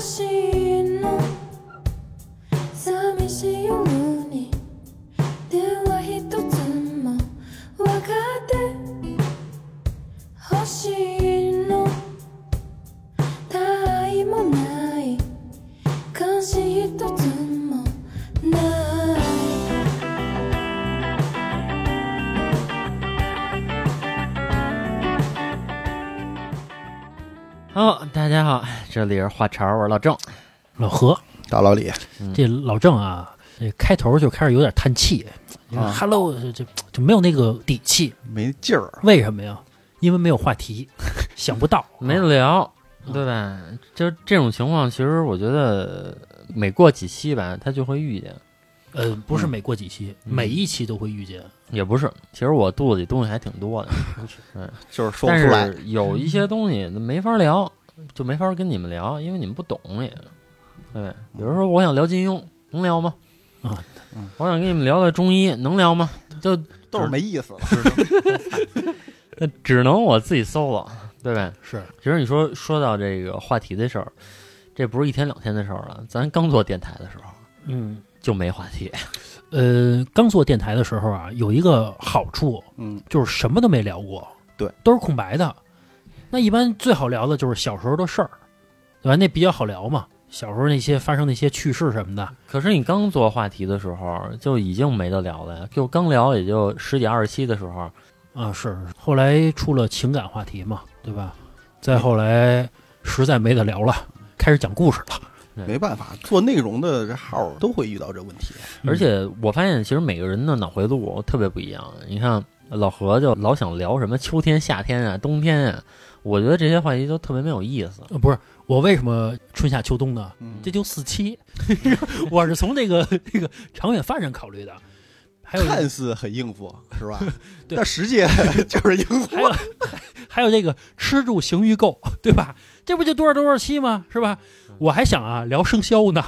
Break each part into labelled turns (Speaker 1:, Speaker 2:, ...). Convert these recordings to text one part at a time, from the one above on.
Speaker 1: しいの寂しい夜に電話一つも分かってほしいの他愛もない関心一つもない
Speaker 2: 好，大家好，这里是话茬儿，我是老郑。
Speaker 3: 老何，
Speaker 4: 大老李，
Speaker 3: 这老郑啊，这开头就开始有点叹气、
Speaker 4: 啊
Speaker 3: h e l l o 这这就没有那个底气，
Speaker 4: 没劲儿，
Speaker 3: 为什么呀？因为没有话题， 想不到，
Speaker 2: 没聊，对吧？就是这种情况，其实我觉得每过几期吧，他就会遇见。
Speaker 3: 呃，不是每过几期，每一期都会遇见。
Speaker 2: 也不是，其实我肚子里东西还挺多的，
Speaker 4: 就是 说不
Speaker 2: 但
Speaker 4: 出来。
Speaker 2: 是有一些东西没法聊，就没法跟你们聊，因为你们不懂也。对，比如说我想聊金庸，能聊吗？
Speaker 3: 啊
Speaker 4: 嗯，
Speaker 2: 我想跟你们聊聊中医，能聊吗？就
Speaker 4: 都是没意思了，
Speaker 2: 那只能我自己搜了，对吧？
Speaker 3: 是，
Speaker 2: 其实你说说到这个话题的事儿，这不是一天两天的事儿了。咱刚做电台的时候
Speaker 3: 嗯，
Speaker 2: 就没话题，
Speaker 3: 呃，刚做电台的时候啊，有一个好处
Speaker 4: 嗯，
Speaker 3: 就是什么都没聊过，
Speaker 4: 对，
Speaker 3: 都是空白的。那一般最好聊的就是小时候的事儿，对吧？那比较好聊嘛，小时候那些发生那些趣事什么的，
Speaker 2: 可是你刚做话题的时候就已经没得聊了呀，就刚聊也就十几二十期的时候，
Speaker 3: 啊，是是后来出了情感话题嘛，对吧？再后来实在没得聊了，开始讲故事了。
Speaker 4: 没办法，做内容的这号儿都会遇到这问题。
Speaker 2: 而且我发现其实每个人的脑回路特别不一样。你看老何就老想聊什么秋天、夏天啊、冬天啊，我觉得这些话题都特别没有意思。
Speaker 3: 呃，不是我为什么春夏秋冬呢？
Speaker 4: 嗯
Speaker 3: 这就四期， 我是从这个这个长远发展考虑的。还有一
Speaker 4: 看似很应付，是吧？
Speaker 3: 对
Speaker 4: 但实际 就是应付
Speaker 3: 还。有还有这个吃住行娱购，对吧？这不就多少多少期吗？是吧？我还想啊聊生肖呢，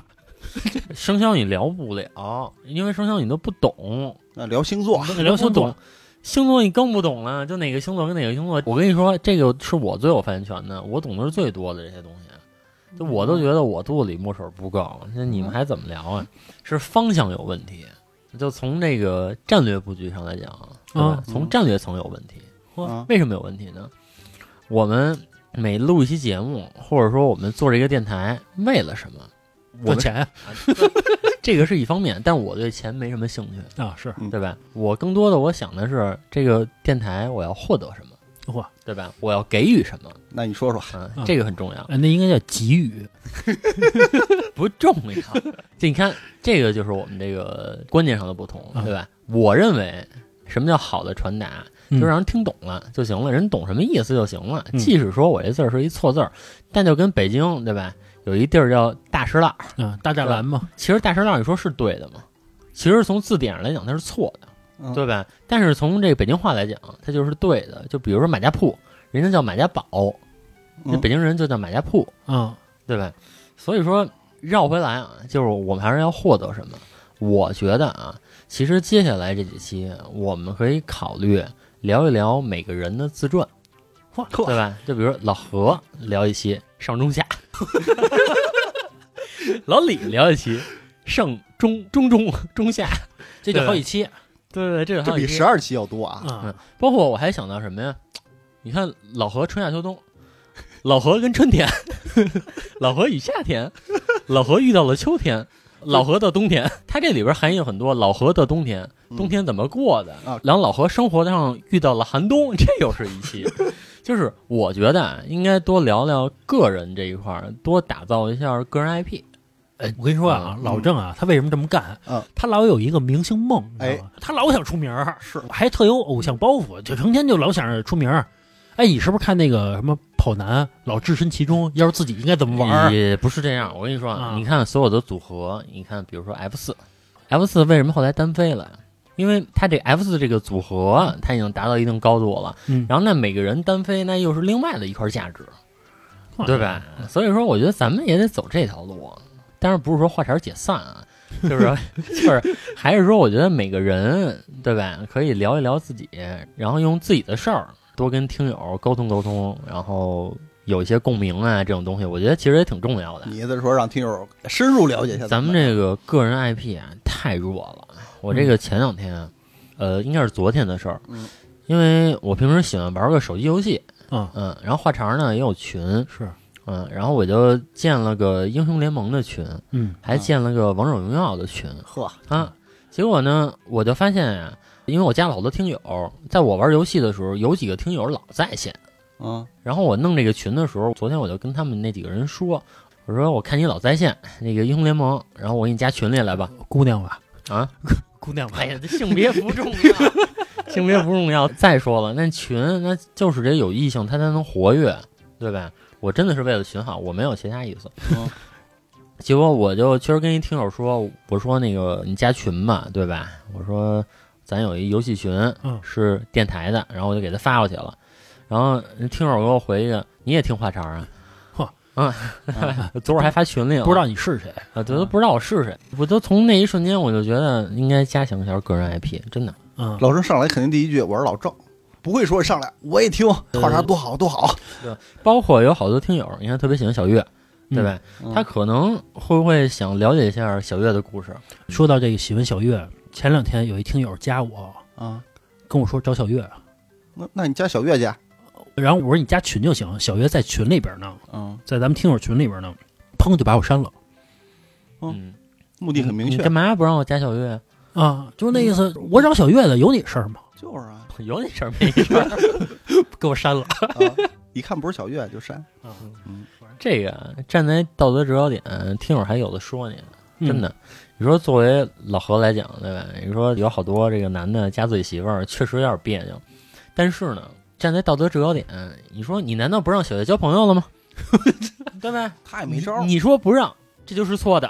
Speaker 2: 生肖你聊不了，因为生肖你都不懂，
Speaker 4: 那聊星座，
Speaker 2: 你
Speaker 3: 你聊
Speaker 2: 不
Speaker 3: 星座
Speaker 2: 懂。星座你更不懂了，就哪个星座跟哪个星座，我跟你说，这个是我最有发言权的，我懂得是最多的这些东西，就我都觉得我肚子里墨水不够，那你们还怎么聊啊？是方向有问题，就从这个战略布局上来讲，对吧
Speaker 3: 嗯
Speaker 2: 从战略层有问题，
Speaker 4: 嗯
Speaker 2: 为什么有问题呢？我们每录一期节目，或者说我们做这个电台，为了什么？ 我
Speaker 3: 赚
Speaker 2: 们
Speaker 3: 钱啊
Speaker 2: 这个是一方面，但我对钱没什么兴趣。
Speaker 3: 啊是
Speaker 2: 对吧？我更多的我想的是这个电台我要获得什么，
Speaker 3: 哇，
Speaker 2: 对吧？我要给予什么，
Speaker 4: 那你说说，
Speaker 2: 嗯、
Speaker 3: 嗯
Speaker 2: 这个很重要，
Speaker 3: 呃那应该叫给予，
Speaker 2: 不重要。 就你看，这个就是我们这个观念上的不同，
Speaker 3: 嗯
Speaker 2: 对吧？我认为什么叫好的传达，
Speaker 3: 嗯
Speaker 2: 就让人听懂了就行了，人懂什么意思就行了。
Speaker 3: 嗯
Speaker 2: 即使说我这字儿是一错字儿，但就跟北京，对吧？有一地儿叫大石栏，
Speaker 3: 嗯，大栅栏嘛，
Speaker 2: 其实大石栏你说是对的吗？其实从字典上来讲，它是错的。
Speaker 4: 嗯
Speaker 2: 对吧？但是从这个北京话来讲，它就是对的。就比如说马家铺，人家叫马家堡，那
Speaker 4: 嗯
Speaker 2: 北京人就叫马家铺，
Speaker 3: 啊
Speaker 2: 对吧？所以说绕回来啊，就是我们还是要获得什么？我觉得啊，其实接下来这几期我们可以考虑聊一聊每个人的自传，
Speaker 3: 哇
Speaker 2: 对吧？就比如老何聊一期上中下，老李聊一期上中中中中下，
Speaker 3: 这就好几期
Speaker 2: 对对对，这个
Speaker 4: 这比十二期要多啊。
Speaker 3: 啊，
Speaker 2: 包括我还想到什么呀？你看老何春夏秋冬， 老何跟春天， 老何与夏天，老何遇到了秋天，老何的冬天，它这里边含义有很多。老何的冬天，冬天怎么过的？
Speaker 4: 啊
Speaker 2: 然后老何生活上遇到了寒冬， 这又是一期。就是我觉得啊，应该多聊聊个人这一块儿，多打造一下个人 IP。
Speaker 3: 哎，我跟你说啊，
Speaker 2: 嗯
Speaker 3: 老郑啊，他为什么这么干？
Speaker 4: 嗯
Speaker 3: 他老有一个明星梦，你知道吗？他老想出名儿，
Speaker 4: 是
Speaker 3: 还特有偶像包袱，就成天就老想着出名儿。哎，你是不是看那个什么跑男，老置身其中，要是自己应该怎么玩儿？
Speaker 2: 也不是这样。我跟你说，
Speaker 3: 啊
Speaker 2: 你看所有的组合，你看比如说 F 四，F 四为什么后来单飞了？因为他这 F 四这个组合，他已经达到一定高度了。
Speaker 3: 嗯
Speaker 2: 然后那每个人单飞，那又是另外的一块价值，
Speaker 3: 嗯
Speaker 2: 对吧？所以说，我觉得咱们也得走这条路。啊当然不是说话茬儿解散啊，就是 说就是还是说，我觉得每个人对吧，可以聊一聊自己，然后用自己的事儿多跟听友沟通沟通，然后有一些共鸣啊这种东西，我觉得其实也挺重要的。
Speaker 4: 你在这说让听友深入了解一下
Speaker 2: 嗯咱们
Speaker 4: 们
Speaker 2: 这个个人 IP 啊太弱了。我这个前两天啊，呃，应该是昨天的事儿，
Speaker 4: 嗯
Speaker 2: 因为我平时喜欢玩个手机游戏，
Speaker 3: 啊，
Speaker 2: 嗯，然后话茬呢也有群，
Speaker 3: 是，
Speaker 2: 嗯，然后我就建了个英雄联盟的群，
Speaker 3: 嗯
Speaker 2: 还建了个王者荣耀的群
Speaker 4: 呵，
Speaker 2: 啊。结果呢，我就发现啊，因为我加了好多听友，在我玩游戏的时候，有几个听友老在线。
Speaker 4: 嗯
Speaker 2: 然后我弄这个群的时候，昨天我就跟他们那几个人说，我说我看你老在线，那个英雄联盟，然后我给你加群里来吧。
Speaker 3: 姑娘吧，
Speaker 2: 啊，
Speaker 3: 姑娘吧
Speaker 2: 哎，呀，这性别不重要， 性别不重要。再说了，那群那就是得有异性，他才能活跃，对吧？我真的是为了群好，我没有其他意思。
Speaker 4: 嗯
Speaker 2: 结果我就确实跟一听友说，我说那个你加群吧，对吧？我说咱有一游戏群，
Speaker 3: 嗯
Speaker 2: 是电台的，然后我就给他发过去了。然后人听友给我回一个，你也听话茬啊？
Speaker 3: 嚯，
Speaker 2: 嗯，昨儿还发群里了，
Speaker 3: 不知道你是谁，
Speaker 2: 啊，对，都不知道我是谁。我都从那一瞬间，我就觉得应该加强一下个人 IP，真的。
Speaker 3: 嗯，
Speaker 4: 老郑上来肯定第一句我是老郑，不会说上来我也听话茬多好多好，
Speaker 2: 包括有好多听友，你看特别喜欢小月，对吧？
Speaker 4: 嗯
Speaker 2: 他可能会不会想了解一下小月的故事？
Speaker 3: 说到这个喜欢小月，前两天有一听友加我，
Speaker 4: 啊，
Speaker 3: 跟我说找小月，
Speaker 4: 那那你加小月去，
Speaker 3: 然后我说你加群就行，小月在群里边呢，
Speaker 4: 嗯，
Speaker 3: 在咱们听友群里边呢，砰就把我删了
Speaker 2: 嗯，
Speaker 4: 目的很明
Speaker 2: 你
Speaker 4: 确
Speaker 2: 干，嘛不让我加小月？
Speaker 3: 啊，就是那意思，
Speaker 4: 嗯
Speaker 3: 我找小月的有你事儿吗？
Speaker 4: 就是啊，
Speaker 2: 有你事儿没事 儿，
Speaker 3: 给我删了，
Speaker 4: 啊 一看不是小月就删，
Speaker 2: 嗯这个站在道德制高点，听友还有的说你呢，
Speaker 3: 嗯
Speaker 4: 嗯
Speaker 2: 真的。你说作为老何来讲，对吧？你说有好多这个男的加自己媳妇儿，确实有点别扭。但是呢，站在道德制高点，你说你难道不让小月交朋友 了吗？对吧？
Speaker 4: 他也没招儿
Speaker 2: 你，你说不让，这就是错的。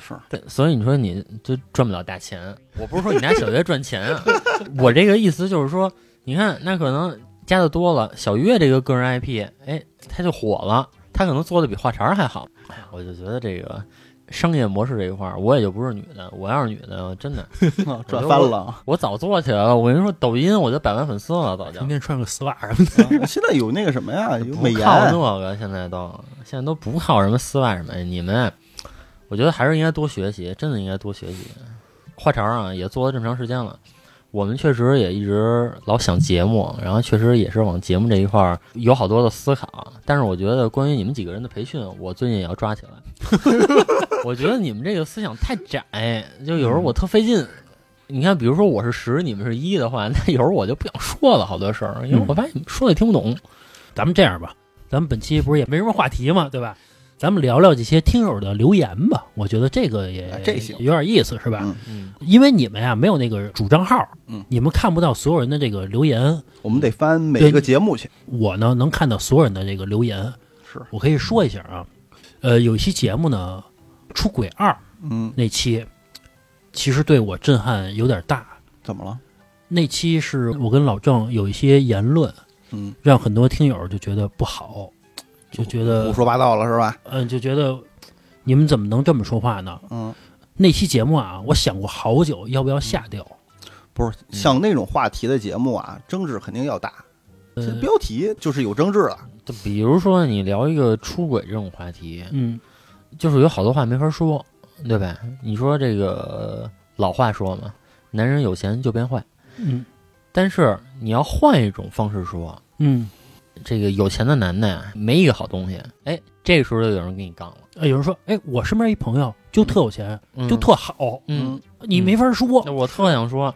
Speaker 4: 是
Speaker 2: 对，所以你说你就赚不了大钱。我不是说你家小月赚钱啊， 我这个意思就是说，你看那可能加的多了，小月这个个人 IP，哎，他就火了，他可能做的比话茬儿还好。哎呀，我就觉得这个商业模式这一块儿，我也就不是女的，我要是女的，真的
Speaker 4: 啊赚翻了。
Speaker 2: 我早做起来了。我跟你说，抖音我就百万粉丝了，早就
Speaker 3: 天。天穿个丝袜什么的，
Speaker 4: 啊现在有那个什么呀，有美
Speaker 2: 不
Speaker 4: 颜，
Speaker 2: 靠那个，现在都现在都不靠什么丝袜什么，你们，我觉得还是应该多学习，真的应该多学习。话茬儿啊，也做了这么长时间了，我们确实也一直老想节目，然后确实也是往节目这一块儿有好多的思考。但是我觉得关于你们几个人的培训，我最近也要抓起来。 我觉得你们这个思想太窄，就有时候我特费劲。你看，比如说我是十，你们是一的话，那有时候我就不想说了，好多事儿，因为我发现你们说的也听不懂。
Speaker 3: 咱们这样吧，咱们本期不是也没什么话题嘛，对吧？咱们聊聊这些听友的留言吧，我觉得这个也、
Speaker 4: 哎这行
Speaker 3: 有点意思，是吧？
Speaker 4: 嗯
Speaker 2: 嗯，
Speaker 3: 因为你们呀没有那个主账号，
Speaker 4: 嗯
Speaker 3: 你们看不到所有人的这个留言，
Speaker 4: 我们得翻每
Speaker 3: 对
Speaker 4: 一个节目去，
Speaker 3: 我呢能看到所有人的这个留言，
Speaker 4: 是
Speaker 3: 我可以说一下啊，呃，有一期节目呢，《出轨二》
Speaker 4: 嗯，
Speaker 3: 那期，其实对我震撼有点大。
Speaker 4: 怎么了？
Speaker 3: 那期是我跟老郑有一些言论，
Speaker 4: 嗯，
Speaker 3: 让很多听友就觉得不好，就觉得
Speaker 4: 胡，说八道了是吧？
Speaker 3: 嗯、就觉得你们怎么能这么说话呢？
Speaker 4: 嗯，
Speaker 3: 那期节目啊，我想过好久要不要下掉，
Speaker 4: 不是，嗯像那种话题的节目啊，争执肯定要大，这
Speaker 3: 呃
Speaker 4: 标题就是有争执了。
Speaker 2: 就比如说你聊一个出轨这种话题，
Speaker 3: 嗯，
Speaker 2: 就是有好多话没法说，对吧？你说这个呃老话说嘛，男人有钱就变坏，
Speaker 3: 嗯
Speaker 2: 但是你要换一种方式说，
Speaker 3: 嗯，
Speaker 2: 这个有钱的男的呀，没一个好东西。哎，这个时候就有人给你杠了，
Speaker 3: 呃有人说，哎，我身边一朋友就特有钱，
Speaker 2: 嗯
Speaker 3: 就特好，
Speaker 2: 嗯，嗯
Speaker 3: 你没法说，
Speaker 2: 那我特想说，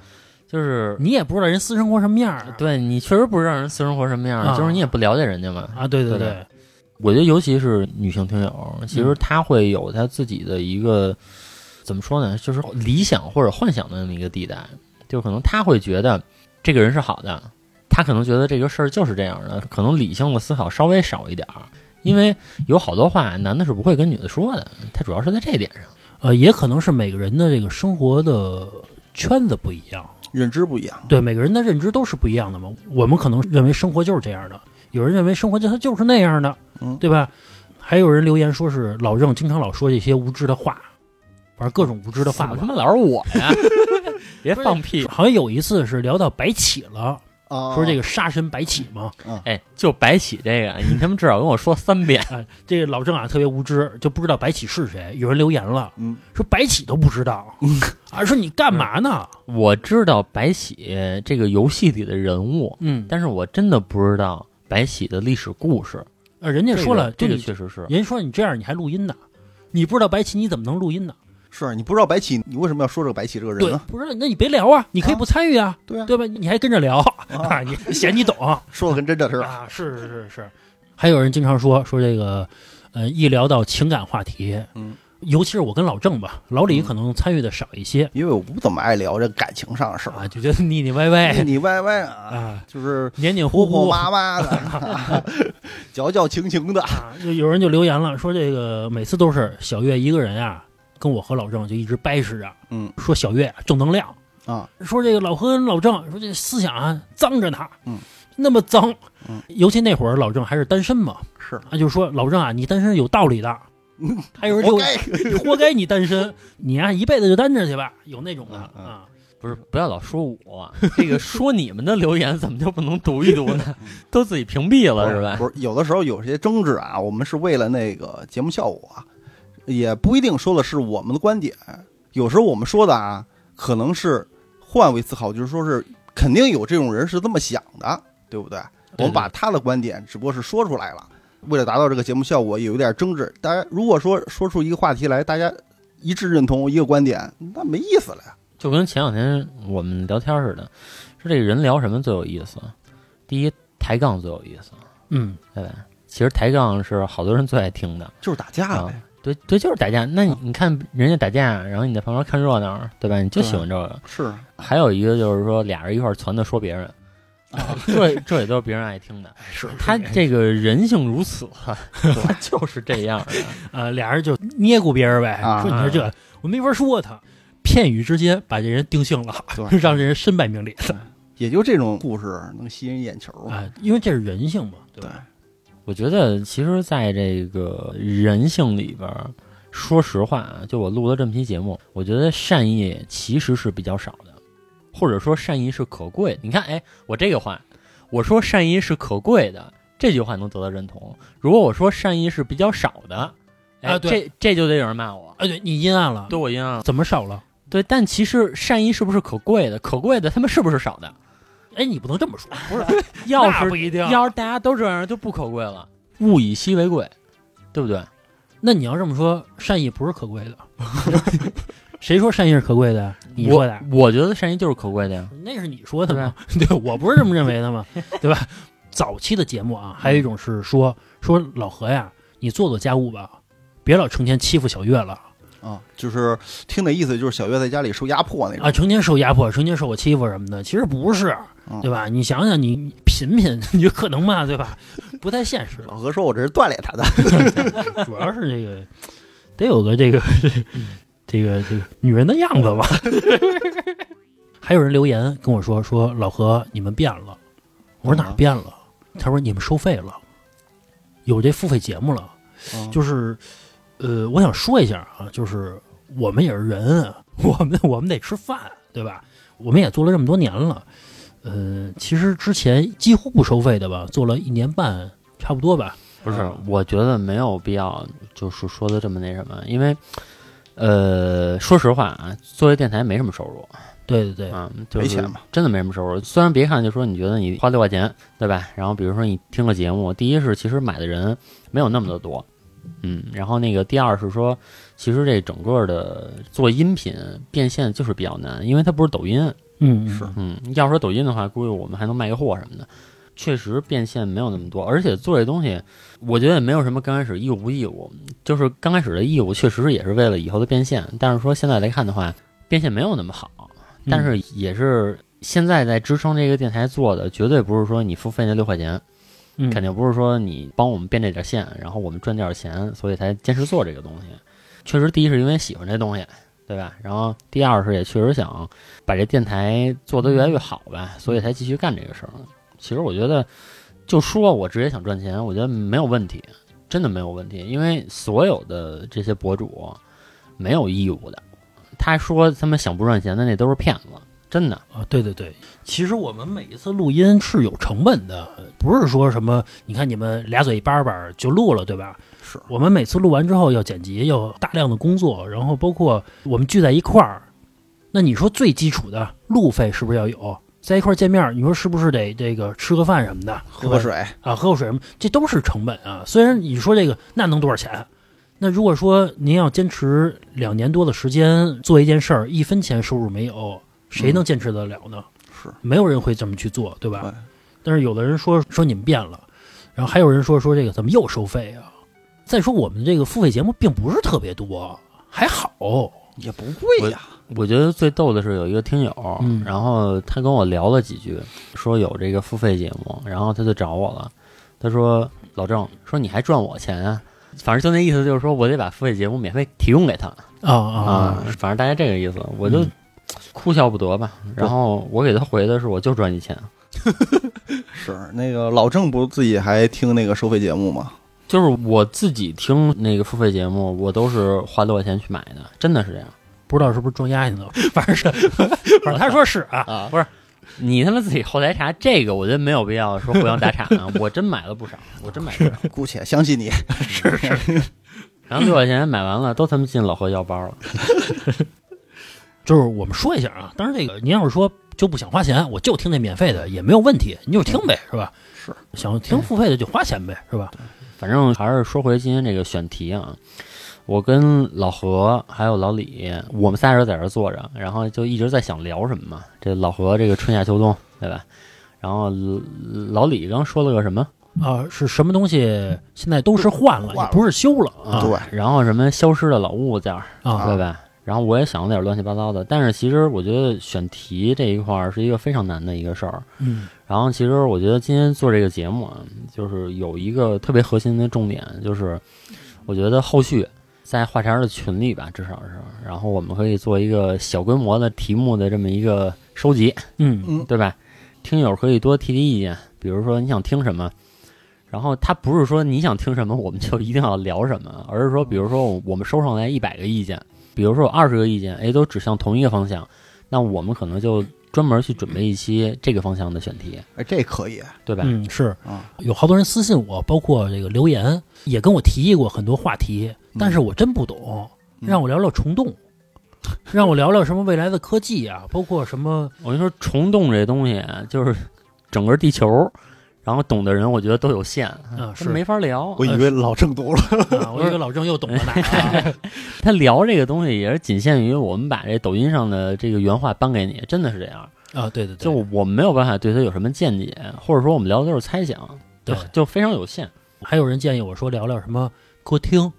Speaker 2: 就是
Speaker 3: 你也不知道人私生活什么样儿
Speaker 2: 对你确实不知道人私生活什么样，
Speaker 3: 啊
Speaker 2: 就是你也不了解人家嘛，
Speaker 3: 啊，对对
Speaker 2: 对我觉得尤其是女性听友，其实她会有她自己的一个、怎么说呢，就是理想或者幻想的那么一个地带，就可能她会觉得这个人是好的，她可能觉得这个事儿就是这样的，可能理性的思考稍微少一点儿，因为有好多话男的是不会跟女的说的，他主要是在这一点上。
Speaker 3: 呃，也可能是每个人的这个生活的圈子不一样，
Speaker 4: 认知不一样，
Speaker 3: 对每个人的认知都是不一样的嘛。我们可能认为生活就是这样的，有人认为生活就它就是那样的，
Speaker 4: 嗯
Speaker 3: 对吧？还有人留言说是老郑经常老说这些无知的话，反正各种无知的话
Speaker 2: 怎么
Speaker 3: 吧
Speaker 2: 他。妈老是我呀？别放屁！
Speaker 3: 好像有一次是聊到白起了，
Speaker 4: 啊，
Speaker 3: 说这个杀神白起嘛，。
Speaker 2: 哎，就白起这个，你他妈至少跟我说三遍
Speaker 3: 哎，这个老郑啊特别无知，就不知道白起是谁。有人留言了，
Speaker 4: 嗯，
Speaker 3: 说白起都不知道，啊，说你干嘛呢？
Speaker 2: 我知道白起这个游戏里的人物，
Speaker 3: 嗯，
Speaker 2: 但是我真的不知道白起的历史故事。
Speaker 3: 呃，人家说了，
Speaker 2: 这个这
Speaker 3: 就你
Speaker 2: 个确实是
Speaker 3: 人家说你这样你还录音呢，你不知道白起你怎么能录音呢？
Speaker 4: 是你不知道白起，你为什么要说这个白起这个人
Speaker 3: 对
Speaker 4: 呢？，
Speaker 3: 不知道那你别聊啊，你可以不参与啊，
Speaker 4: 对啊，
Speaker 3: 对吧？你还跟着聊啊， 你嫌你懂啊？
Speaker 4: 说的跟真的似的。
Speaker 3: 啊是是是是，还有人经常说说这个，呃，一聊到情感话题，
Speaker 4: 嗯，
Speaker 3: 尤其是我跟老郑吧，老李
Speaker 4: 嗯
Speaker 3: 可能参与的少一些、
Speaker 4: 因为我不怎么爱聊这感情上的事儿
Speaker 3: 啊，，就觉得腻腻歪歪
Speaker 4: 你歪歪啊，
Speaker 3: 啊，
Speaker 4: 就是
Speaker 3: 黏黏糊
Speaker 4: 婆婆
Speaker 3: 糊。
Speaker 4: 妈妈的， 矫矫情情的。
Speaker 3: 啊，就有人就留言了，说这个每次都是小月一个人啊，跟我和老郑就一直掰扯啊，
Speaker 4: 嗯
Speaker 3: 说小月啊正能量
Speaker 4: 啊，
Speaker 3: 说这个老何跟老郑说这思想啊脏着呢，
Speaker 4: 嗯，
Speaker 3: 那么脏，
Speaker 4: 嗯，
Speaker 3: 尤其那会儿老郑还是单身嘛，
Speaker 4: 是，
Speaker 3: 啊，就说老郑啊，你单身是有道理 的，
Speaker 4: 嗯
Speaker 3: 还有人
Speaker 4: 活
Speaker 3: 就
Speaker 4: 该。
Speaker 3: 你活该你单 身，你啊一辈子就单着去吧，有那种的
Speaker 4: 嗯嗯
Speaker 3: 啊。
Speaker 2: 不是，不要老说我， 这个说你们的留言怎么就不能读一读 呢？都自己屏蔽嗯了是吧？
Speaker 4: 不是，有的时候有些争执啊，我们是为了那个节目效果啊，也不一定说的是我们的观点，有时候我们说的啊，可能是换位思考，就是说是肯定有这种人是这么想的，对不对？我
Speaker 3: 对
Speaker 4: 们把他的观点只不过是说出来了，为了达到这个节目效果，也有点争执。大家如果说说出一个话题来，大家一致认同一个观点，那没意思了呀。
Speaker 2: 就跟前两天我们聊天似的，说这个人聊什么最有意思？第一，抬杠最有意思，
Speaker 3: 嗯，
Speaker 2: 对吧？其实抬杠是好多人最爱听的
Speaker 4: 就是打架
Speaker 2: 啊
Speaker 4: 呗，。
Speaker 2: 对对，就是打架。那你你看人家打架，然后你在旁边看热闹，对吧？你就喜欢这个。
Speaker 4: 是啊
Speaker 2: 还有一个就是说，俩人一块儿传的说别人， 这这也都是别人爱听的。
Speaker 4: 哎
Speaker 3: 是
Speaker 2: 他
Speaker 3: 他
Speaker 2: 这个人性如此，他 就是 这样啊的。
Speaker 3: 呃俩人就捏咕别人呗，
Speaker 4: 啊
Speaker 3: 说你说这我没法说他，片语之间把这人定性了，
Speaker 4: 对
Speaker 3: 让这人身败名裂
Speaker 4: 也就这种故事能吸引眼球啊。
Speaker 3: 啊，因为这是人性嘛，对吧？
Speaker 2: 我觉得其实在这个人性里边儿，说实话啊，就我录了这么期节目，我觉得善意其实是比较少的，或者说善意是可贵的。你看，哎，我这个话，我说善意是可贵的这句话能得到认同。如果我说善意是比较少的，哎，
Speaker 3: 啊对
Speaker 2: 这这就得有人骂我，
Speaker 3: 哎，对你阴暗了，
Speaker 2: 对我一样。
Speaker 3: 怎么少了？
Speaker 2: 对，但其实善意是不是可贵的？可贵的他们是不是少的？
Speaker 3: 哎，你不能这么说，不是，
Speaker 2: 要
Speaker 3: 那
Speaker 2: 是
Speaker 3: 不一定。
Speaker 2: 要是大家都这样，就不可贵了。啊物以稀为贵，对不对？
Speaker 3: 那你要这么说，善意不是可贵的， 谁说善意是可贵的？你说的，
Speaker 2: 我，我觉得善意就是可贵的呀。
Speaker 3: 那是你说的嘛？ 对我不是这么认为的 嘛，对吧？早期的节目啊，还有一种是说说老何呀，你做做家务吧，别老成天欺负小月了
Speaker 4: 啊，就是听那意思，就是小月在家里受压迫那种
Speaker 3: 啊，成天受压迫，成天受我欺负什么的，其实不是
Speaker 4: 嗯，
Speaker 3: 对吧？你想想，你品品， 你就可能嘛，对吧？不太现实，
Speaker 4: 老何说：“我这是锻炼他的。
Speaker 3: 主要是这个得有个这个
Speaker 2: 嗯
Speaker 3: 这个这个女人的样子吧。 还有人留言跟我说说老何你们变了，我说哪儿
Speaker 2: 啊
Speaker 3: 变了？他说你们收费了，有这付费节目
Speaker 2: 啊
Speaker 3: 了。
Speaker 4: 就
Speaker 3: 就是呃，我想说一下啊，就是我们也是人，啊我们我们得吃饭，对吧？我们也做了这么多年了，呃，其实之前几乎不收费的吧，做了一年半差不多吧。
Speaker 2: 不是
Speaker 4: 啊，
Speaker 2: 我觉得没有必要，就是说的这么那什么，因为，呃，说实话啊，作为电台没什么收入，
Speaker 3: 对对对，
Speaker 2: 嗯，就是、
Speaker 4: 没钱嘛，
Speaker 2: 真的没什么收入。虽然别看就说你觉得你花六块钱，对吧？然后比如说你听个节目，第一是其实买的人没有那么的多，嗯，然后那个第二是说，其实这整个的做音频变现就是比较难，因为它不是抖音，
Speaker 3: 嗯，嗯
Speaker 4: 是
Speaker 2: 嗯，要说抖音的话，估计我们还能卖个货什么的。确实变现没有那么多，而且做这东西，我觉得也没有什么刚开始义务不义务，就是刚开始的义务确实也是为了以后的变现。但是说现在来看的话，变现没有那么好，
Speaker 3: 嗯
Speaker 2: 但是也是现在在支撑这个电台做的，绝对不是说你付费那六块钱，
Speaker 3: 嗯
Speaker 2: 肯定不是说你帮我们变这点现，然后我们赚这点钱，所以才坚持做这个东西。确实，第一是因为喜欢这东西，对吧？然后第二是也确实想把这电台做得越来越好吧，所以才继续干这个事儿。其实我觉得，就说我直接想赚钱，我觉得没有问题，真的没有问题，因为所有的这些博主没有义务的。他说他们想不赚钱的那都是骗子，真的，
Speaker 3: 啊，对对对，其实我们每一次录音是有成本的，不是说什么你看你们俩嘴一叭叭就录了，对吧？
Speaker 4: 是
Speaker 3: 我们每次录完之后要剪辑，要大量的工作，然后包括我们聚在一块儿，那你说最基础的路费是不是要有？在一块儿见面儿，你说是不是得这个吃个饭什么的，
Speaker 4: 喝口
Speaker 3: 对吧
Speaker 4: 水，
Speaker 3: 啊，喝口水什么，这都是成本啊。虽然你说这个那能多少钱？那如果说您要坚持两年多的时间做一件事儿，一分钱收入没有，谁能坚持得了呢？
Speaker 4: 是
Speaker 3: 没有人会这么去做，对吧？
Speaker 4: 对
Speaker 3: 但是有的人说说你们变了，然后还有人说说这个怎么又收费啊？再说我们这个付费节目并不是特别多，还好，
Speaker 4: 也不贵呀、
Speaker 2: 我觉得最逗的是有一个听友，
Speaker 3: 嗯
Speaker 2: 然后他跟我聊了几句，说有这个付费节目，然后他就找我了，他说老郑，说你还赚我钱啊？反正就那意思，就是说我得把付费节目免费提供给他
Speaker 3: 啊啊
Speaker 2: 啊，反正大概这个意思，我就
Speaker 3: 嗯
Speaker 2: 哭笑不得吧。然后我给他回的是，我就赚你钱，
Speaker 4: 是那个老郑不自己还听那个收费节目吗？
Speaker 2: 就是我自己听那个付费节目，我都是花多少钱去买的，真的是这样
Speaker 3: 不知道是不是装丫去呢？ 反正是，反正他说是啊，
Speaker 2: 啊，不是。你他妈自己后台查这个，我觉得没有必要说互相打岔啊！ 我真买了不少，我真买了不少。
Speaker 4: 姑且相信你。是是，
Speaker 2: 然后六块钱买完了，都他妈进老何腰包了。
Speaker 3: 就是我们说一下啊，当然这个您要是说就不想花钱，我就听那免费的也没有问题，你就听呗，是吧？
Speaker 4: 是
Speaker 3: 想听付费的就花钱呗，是吧？
Speaker 2: 反正还是说回今天这个选题啊，我跟老何还有老李，我们仨人在这儿坐着，然后就一直在想聊什么嘛。这老何这个春夏秋冬，对吧？然后老老李刚说了个什么
Speaker 3: 啊，是什么东西现在都是换了，
Speaker 4: 换了
Speaker 3: 也不是修了啊
Speaker 4: 对，
Speaker 2: 然后什么消失的老物件儿，
Speaker 3: 啊
Speaker 2: 对吧？然后我也想了点乱七八糟的，但是其实我觉得选题这一块儿是一个非常难的一个事儿。
Speaker 3: 嗯
Speaker 2: 然后其实我觉得今天做这个节目啊，就是有一个特别核心的重点，就是我觉得后续在话茬儿的群里吧，至少是，然后我们可以做一个小规模的题目的这么一个收集，
Speaker 3: 嗯
Speaker 4: 嗯，
Speaker 2: 对吧？听友可以多提提意见，比如说你想听什么，然后他不是说你想听什么我们就一定要聊什么，而是说，比如说我我们收上来一百个意见，比如说有二十个意见，哎，都指向同一个方向，那我们可能就专门去准备一期这个方向的选题，
Speaker 4: 哎，这可以
Speaker 2: 对吧？
Speaker 3: 嗯是
Speaker 4: 啊，
Speaker 3: 有好多人私信我，包括这个留言也跟我提议过很多话题，但是我真不懂，
Speaker 4: 嗯
Speaker 3: 让我聊聊虫洞，让我聊聊什么未来的科技啊，包括什么
Speaker 2: 我跟你说，虫洞这东西啊就是整个地球，然后懂的人我觉得都有限，
Speaker 3: 啊
Speaker 2: 他
Speaker 3: 是
Speaker 2: 没法聊。
Speaker 4: 我
Speaker 3: 呃
Speaker 4: 以为老郑多了。
Speaker 3: 啊，我以为老郑又懂了呢。啊
Speaker 2: 他聊这个东西也是仅限于我们把这抖音上的这个原话搬给你，真的是这样。
Speaker 3: 啊，对对对，
Speaker 2: 就我们没有办法对他有什么见解，或者说我们聊的都是猜想，就
Speaker 3: 对
Speaker 2: 就非常有限。
Speaker 3: 还有人建议我说聊聊什么歌厅，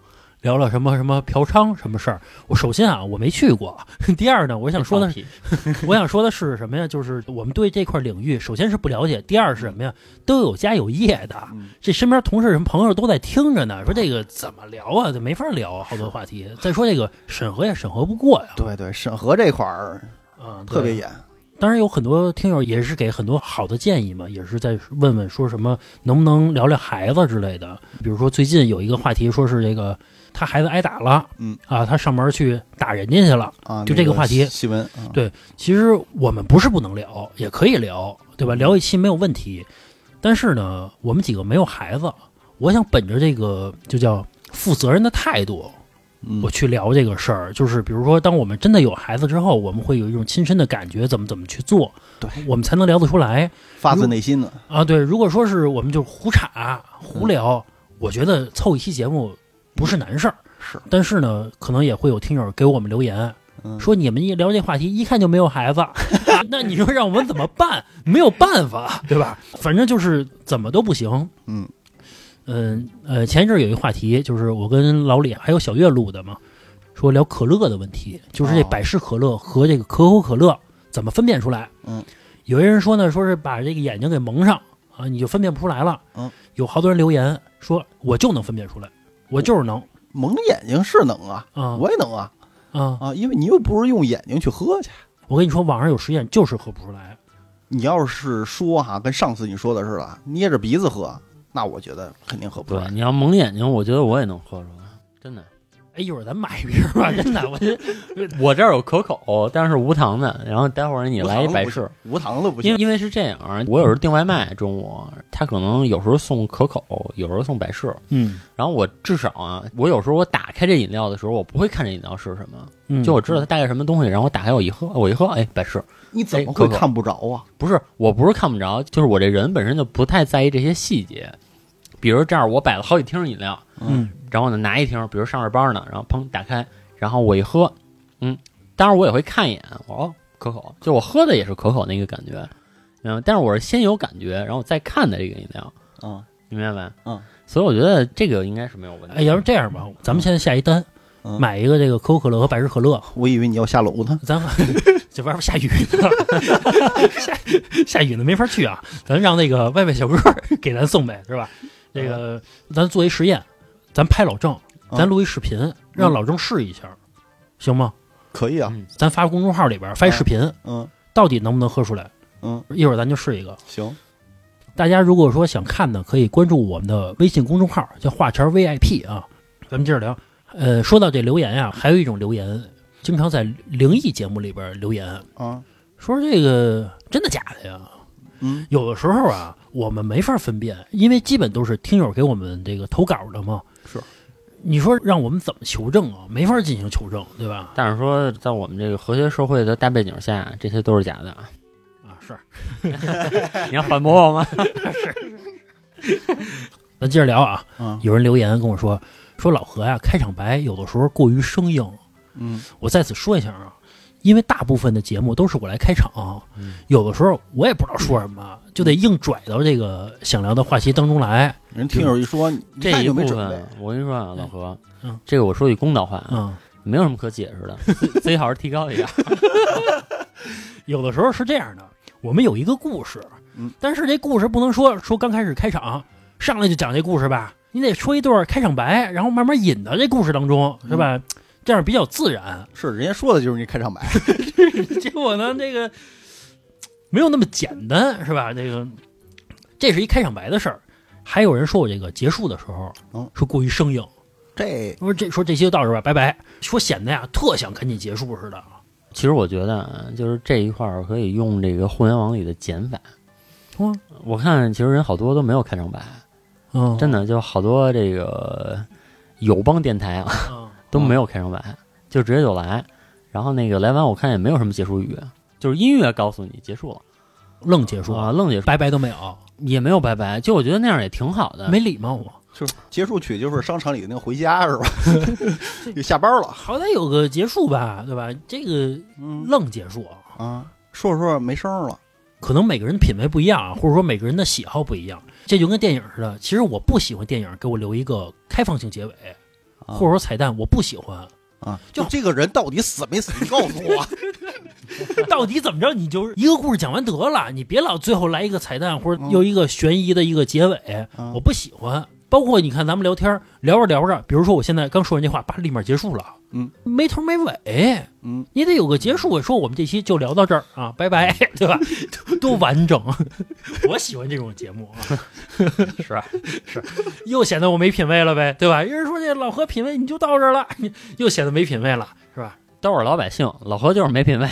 Speaker 3: 聊聊什么什么嫖娼什么事儿。我首先啊，我没去过。 第二呢，我想说的是，
Speaker 2: 是，
Speaker 3: 我想说的是什么呀？就是我们对这块领域，首先是不了解，第二是什么呀？都有家有业的，
Speaker 4: 嗯
Speaker 3: 这身边同事什么朋友都在听着呢。说这个怎么聊啊？这没法聊，好多话题。再说这个审核也审核不过呀，
Speaker 4: 对对，审核这块儿
Speaker 3: 啊，对
Speaker 4: 特别严。
Speaker 3: 当然有很多听友也是给很多好的建议嘛，也是在问问说什么能不能聊聊孩子之类的。比如说最近有一个话题，说是这个他孩子挨打了，
Speaker 4: 嗯
Speaker 3: 啊，他上门去打人家去了。
Speaker 4: 啊，
Speaker 3: 就
Speaker 4: 那
Speaker 3: 这个话题
Speaker 4: 新闻，啊
Speaker 3: 对其实我们不是不能聊，也可以聊，对吧？
Speaker 4: 嗯
Speaker 3: 聊一期没有问题。但是呢，我们几个没有孩子，我想本着这个就叫负责任的态度，
Speaker 4: 嗯
Speaker 3: 我去聊这个事儿，就是比如说，当我们真的有孩子之后，我们会有一种亲身的感觉，怎么怎么去做，
Speaker 4: 对
Speaker 3: 我们才能聊得出来
Speaker 4: 发自内心的，
Speaker 3: 啊。对，如果说是我们就胡扯胡聊，我觉得凑一期节目不是难事儿。
Speaker 4: 是，
Speaker 3: 但是呢，可能也会有听友给我们留言，
Speaker 4: 嗯
Speaker 3: 说你们一聊这话题，一看就没有 孩子，那你说让我们怎么办？没有办法，对吧？反正就是怎么都不行。
Speaker 4: 嗯
Speaker 3: 嗯呃，前一阵儿有一话题，就是我跟老李还有小月录的嘛，说聊可乐的问题，就是这
Speaker 4: 哦
Speaker 3: 百事可乐和这个可口可乐怎么分辨出来？
Speaker 4: 嗯，
Speaker 3: 有些人说呢，说是把这个眼睛给蒙上啊，你就分辨不出来了。
Speaker 4: 嗯，
Speaker 3: 有好多人留言说，我就能分辨出来，我就是能
Speaker 4: 蒙眼睛是能啊，
Speaker 3: 啊
Speaker 4: 我也能啊
Speaker 3: 啊！
Speaker 4: 啊，因为你又不是用眼睛去喝去。
Speaker 3: 我跟你说，网上有实验就是喝不出来。
Speaker 4: 你要是说哈、跟上次你说的似的，捏着鼻子喝，那我觉得肯定喝不出
Speaker 2: 对，
Speaker 4: 来。
Speaker 2: 你要蒙眼睛，我觉得我也能喝出来，真的。
Speaker 3: 哎，一会儿咱买一瓶 吧，真的，我这
Speaker 2: 我这儿有可口，但是无糖的，然后待会儿你来一
Speaker 4: 无糖的
Speaker 2: 百
Speaker 4: 不
Speaker 2: 事
Speaker 4: 行，，无糖的不
Speaker 2: 因
Speaker 4: 行
Speaker 2: 为。因为是这样啊，我有时候订外卖，中午他可能有时候送可口，有时候送百事，
Speaker 3: 嗯
Speaker 2: 然后我至少啊，我有时候我打开这饮料的时候，我不会看这饮料是什么，
Speaker 3: 嗯，
Speaker 2: 就我知道它大概什么东西，然后我打开我一喝，我一喝，哎，百事。
Speaker 4: 你怎么
Speaker 2: 哎可
Speaker 4: 会
Speaker 2: 口
Speaker 4: 看不着啊？
Speaker 2: 不是，我不是看不着，就是我这人本身就不太在意这些细节。比如这儿我摆了好几听饮料，
Speaker 3: 嗯
Speaker 2: 然后呢拿一听，比如上着班呢，然后砰打开，然后我一喝，嗯，当然我也会看一眼，哦，可口，就我喝的也是可口那个感觉，嗯，但是我是先有感觉，然后再看的这个饮料，
Speaker 4: 嗯
Speaker 2: 明白没？
Speaker 4: 嗯，
Speaker 2: 所以我觉得这个应该是没有问题。
Speaker 3: 哎，要是这样吧，咱们现在下一单，
Speaker 4: 嗯，
Speaker 3: 买一个这个可口可乐和百事可乐，
Speaker 4: 我以为你要下楼呢。
Speaker 3: 咱们这外边下雨呢， 下下雨呢没法去啊，咱让那个外卖小哥给咱送呗，是吧？这
Speaker 4: 嗯
Speaker 3: 个咱做一实验，咱拍老郑，咱录一视频，让老郑试一下，行吗？
Speaker 4: 可以啊，
Speaker 2: 嗯
Speaker 3: 咱发公众号里边发一视频，
Speaker 4: 嗯
Speaker 3: 到底能不能喝出来？
Speaker 4: 嗯，
Speaker 3: 一会儿咱就试一个。
Speaker 4: 行，
Speaker 3: 大家如果说想看呢，可以关注我们的微信公众号，叫“画圈 VIP” 啊。咱们接着聊。呃，说到这留言啊，还有一种留言，经常在灵异节目里边留言，
Speaker 4: 啊，
Speaker 3: 说这个真的假的呀？
Speaker 4: 嗯
Speaker 3: 有的时候啊，我们没法分辨，因为基本都是听友给我们这个投稿的嘛。
Speaker 4: 是，
Speaker 3: 你说让我们怎么求证啊？没法进行求证，对吧？
Speaker 2: 但是说，在我们这个和谐社会的大背景下，这些都是假的啊！
Speaker 3: 啊，是。
Speaker 2: 你要反驳我吗？
Speaker 3: 咱接着聊啊，
Speaker 4: 啊，
Speaker 3: 有人留言跟我说，说老何呀、开场白有的时候过于生硬，
Speaker 4: 嗯
Speaker 3: 我在此说一下啊，因为大部分的节目都是我来开场，
Speaker 2: 嗯
Speaker 3: 有的时候我也不知道说什么，就得硬拽到这个想聊的话题当中来。
Speaker 4: 人听友一说，你一
Speaker 2: 这
Speaker 4: 看
Speaker 2: 一
Speaker 4: 就
Speaker 2: 部
Speaker 4: 没准
Speaker 2: 分
Speaker 4: 备。，
Speaker 2: 我跟你说啊，老何，
Speaker 3: 嗯
Speaker 2: 这个我说句公道话啊，
Speaker 3: 嗯，
Speaker 2: 没有什么可解释的，自自己好好提高一下。
Speaker 3: 有的时候是这样的，我们有一个故事，
Speaker 4: 嗯
Speaker 3: 但是这故事不能说说刚开始开场上来就讲这故事吧，你得说一段开场白，然后慢慢引到这故事当中，是吧？这样比较自然。
Speaker 4: 是人家说的就是你开场 白，
Speaker 3: 结果呢，这个没有那么简单，是吧？这个这是一开场白的事儿。还有人说我这个结束的时候，
Speaker 4: 嗯
Speaker 3: 说过于生硬，
Speaker 4: 这
Speaker 3: 说这说这些就到这儿吧，拜拜，说显得呀特想赶紧结束似的。
Speaker 2: 其实我觉得啊，就是这一块儿可以用这个互联网里的减法。
Speaker 3: 哇
Speaker 2: 我看其实人好多都没有开场白，
Speaker 4: 哦
Speaker 3: 嗯，
Speaker 2: 真
Speaker 3: 的、
Speaker 2: 的就好多这个友邦电台啊
Speaker 3: 嗯，
Speaker 2: 都没有开场白，就直接就来。然后那个来完，我看也没有什么结束语，就是音乐告诉你结束了
Speaker 3: 愣结束，
Speaker 2: 啊，愣结束，
Speaker 3: 拜拜都没有，
Speaker 2: 也没有拜拜。就我觉得那样也挺好的。
Speaker 3: 没礼貌啊我。
Speaker 4: 就是结束曲，就是商场里的那个回家 是吧？就下班了，
Speaker 3: 好歹有个结束吧，对吧？这个
Speaker 4: 嗯
Speaker 3: 愣结束，
Speaker 4: 啊，说着说着没声儿了，
Speaker 3: 可能每个人品味不一样，啊或者说每个人的喜好不一样，这就跟电影似的。其实我不喜欢电影给我留一个开放性结尾，
Speaker 4: 啊
Speaker 3: 或者说彩蛋，我不喜欢。
Speaker 4: 啊，
Speaker 3: 就
Speaker 4: 就这个人到底死没死？你告诉我，
Speaker 3: 到底怎么着？你就是一个故事讲完得了，你别老最后来一个彩蛋，或者又一个悬疑的一个结尾，
Speaker 4: 嗯
Speaker 3: 我不喜欢。包括你看咱们聊天聊着聊着，比如说我现在刚说完这话，叭立马结束了，
Speaker 4: 嗯，
Speaker 3: 没头没尾，
Speaker 4: 嗯，
Speaker 3: 你得有个结束，说我们这期就聊到这儿 啊，拜拜，对吧？多完整， 我喜欢这种节 目啊，是
Speaker 4: 啊
Speaker 3: 吧是，又显得我没品位了呗，对吧？有人说这老何品位你就到这儿了，又显得没品位了，是吧？
Speaker 2: 都是老百姓，老何就是没品位。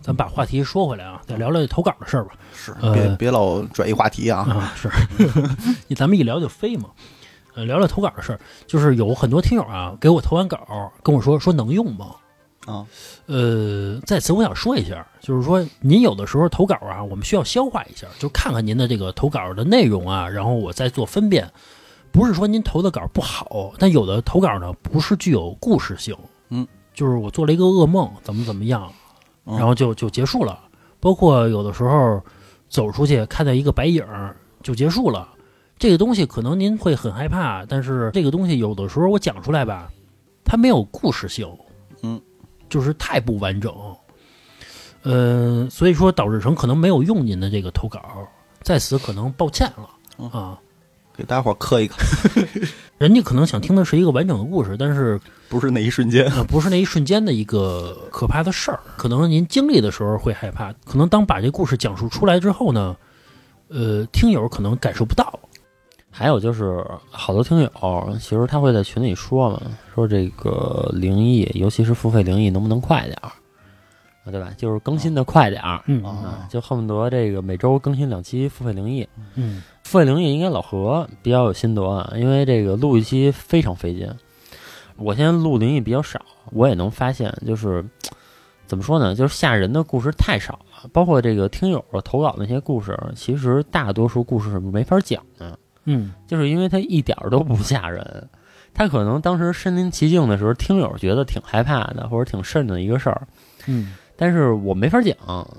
Speaker 3: 咱把话题说回来啊，再聊聊投稿的事儿吧。
Speaker 4: 是
Speaker 3: 呃
Speaker 4: 别别老转移话题啊，
Speaker 3: 啊，是， 咱们一聊就飞嘛。呃，聊聊投稿的事儿，就是有很多听友啊给我投完稿，跟我说说能用吗？
Speaker 4: 啊，
Speaker 3: 呃，在此我想说一下，就是说您有的时候投稿啊，我们需要消化一下，就看看您的这个投稿的内容啊，然后我再做分辨。不是说您投的稿不好，但有的投稿呢不是具有故事性，
Speaker 4: 嗯，
Speaker 3: 就是我做了一个噩梦，怎么怎么样，
Speaker 4: 嗯
Speaker 3: 然后就就结束了。包括有的时候走出去看到一个白影儿就结束了，这个东西可能您会很害怕，但是这个东西有的时候我讲出来吧，它没有故事性，
Speaker 4: 嗯，
Speaker 3: 就是太不完整，呃，所以说导致成可能没有用您的这个投稿，在此可能抱歉了
Speaker 4: 嗯
Speaker 3: 啊。
Speaker 4: 给大伙儿磕一个，
Speaker 3: 人家可能想听的是一个完整的故事，但是
Speaker 4: 不是那一瞬间，
Speaker 3: 呃，不是那一瞬间的一个可怕的事儿，可能您经历的时候会害怕，可能当把这故事讲述出来之后呢，呃，听友可能感受不到，
Speaker 2: 还有就是，好多听友其实他会在群里说嘛，说这个灵异，尤其是付费灵异，能不能快点儿，啊对吧？就是更新的快点儿、
Speaker 3: 嗯
Speaker 4: 啊
Speaker 2: 啊，就恨不得这个每周更新两期付费灵异。
Speaker 3: 嗯，
Speaker 2: 付费灵异应该老何比较有心得啊，因为这个录一期非常费劲。我现在录灵异比较少，我也能发现，就是怎么说呢，就是吓人的故事太少了，包括这个听友投稿那些故事，其实大多数故事是没法讲的。
Speaker 3: 嗯
Speaker 2: 就是因为他一点儿都不吓人。他可能当时身临其境的时候，听友觉得挺害怕的，或者挺瘆的一个事儿，
Speaker 3: 嗯
Speaker 2: 但是我没法讲。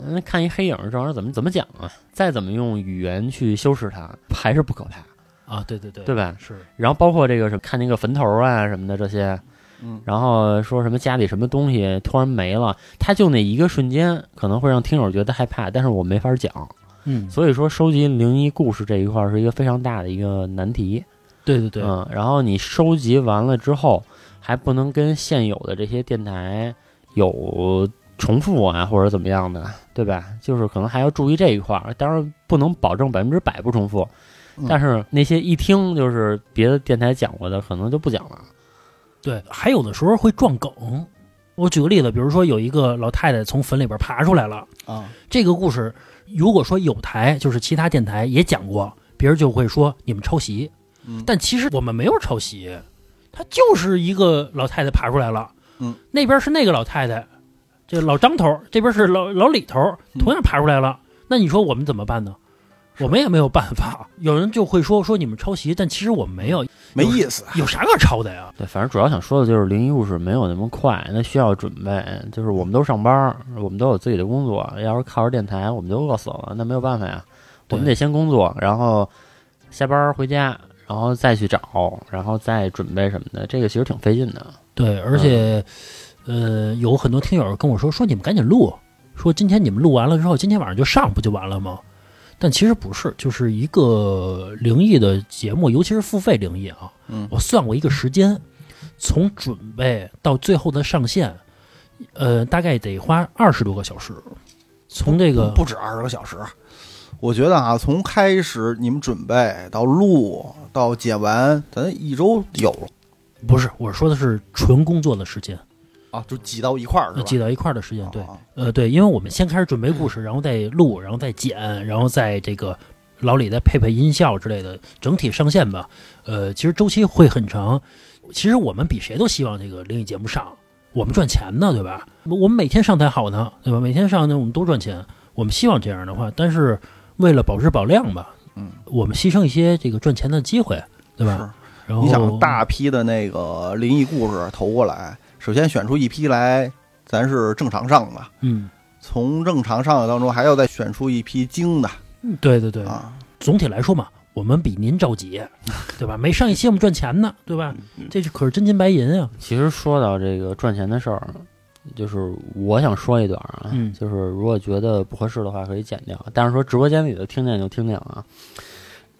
Speaker 2: 那看一黑影这玩意儿怎么怎么讲啊？再怎么用语言去修饰它，还是不可怕，
Speaker 3: 啊，对对对，
Speaker 2: 对吧？
Speaker 3: 是，
Speaker 2: 然后包括这个什么看那个坟头啊什么的这些，
Speaker 4: 嗯，
Speaker 2: 然后说什么家里什么东西突然没了，他就那一个瞬间可能会让听友觉得害怕，但是我没法讲。
Speaker 3: 嗯，
Speaker 2: 所以说，收集灵异故事这一块儿是一个非常大的一个难题。
Speaker 3: 对对对，
Speaker 2: 嗯，然后你收集完了之后，还不能跟现有的这些电台有重复啊，或者怎么样的，对吧？就是可能还要注意这一块儿，当然不能保证百分之百不重复，
Speaker 4: 嗯
Speaker 2: 但是那些一听就是别的电台讲过的，可能就不讲了。
Speaker 3: 对，还有的时候会撞梗。我举个例子，比如说有一个老太太从坟里边爬出来了，
Speaker 4: 啊，
Speaker 3: 这个故事如果说有台就是其他电台也讲过，别人就会说你们抄袭，
Speaker 4: 嗯
Speaker 3: 但其实我们没有抄袭，她就是一个老太太爬出来了，
Speaker 4: 嗯，
Speaker 3: 那边是那个老太太，这老张头，这边是老老李头，同样爬出来了，那你说我们怎么办呢？我们也没有办法，有人就会说说你们抄袭，但其实我们没有，
Speaker 4: 没意思，
Speaker 3: 有啥可抄的呀？
Speaker 2: 对，反正主要想说的就是灵异故事没有那么快，那需要准备。就是我们都上班儿，我们都有自己的工作，要是靠着电台，我们就饿死了，那没有办法呀。我们
Speaker 3: 对
Speaker 2: 得先工作，然后下班儿回家，然后再去找，然后再准备什么的，这个其实挺费劲的。
Speaker 3: 对，而且、呃，有很多听友跟我说，说你们赶紧录，说今天你们录完了之后，今天晚上就上不就完了吗？但其实不是，就是一个灵异的节目，尤其是付费灵异啊。
Speaker 4: 嗯
Speaker 3: 我算过一个时间，从准备到最后的上线，呃，大概得花二十多个小时。从这个
Speaker 4: 不止二十个小时。我觉得啊，从开始你们准备到录到剪完，咱一周有了
Speaker 3: 不是我说的是纯工作的时间，
Speaker 4: 啊，就挤到一块儿
Speaker 3: 呃
Speaker 4: 是吧？
Speaker 3: 挤到一块儿的时间，对，
Speaker 4: 啊
Speaker 3: 呃，对，因为我们先开始准备故
Speaker 4: 嗯
Speaker 3: 事，然后再录，然后再剪，然后再这个老李再配配音效之类的，整体上线吧。呃，其实周期会很长。其实我们比谁都希望这个灵异节目上，我们赚钱呢，对吧？我们每天上台好呢，对吧？每天上呢，我们都赚钱，我们希望这样的话，但是为了保质保量吧，
Speaker 4: 嗯，
Speaker 3: 我们牺牲一些这个赚钱的机会，对吧？然后
Speaker 4: 你想大批的那个灵异故事投过来，首先选出一批来，咱是正常上的，
Speaker 3: 嗯，
Speaker 4: 从正常上的当中还要再选出一批精的
Speaker 3: 对对对，
Speaker 4: 啊，
Speaker 3: 总体来说嘛，我们比您 着急，对吧？没上一期我们赚钱呢，对吧？
Speaker 2: 嗯
Speaker 3: 这是可是真金白银啊！
Speaker 2: 其实说到这个赚钱的事儿，就是我想说一段啊，
Speaker 3: 嗯
Speaker 2: 就是如果觉得不合适的话可以剪掉，但是说直播间里的听见就听见了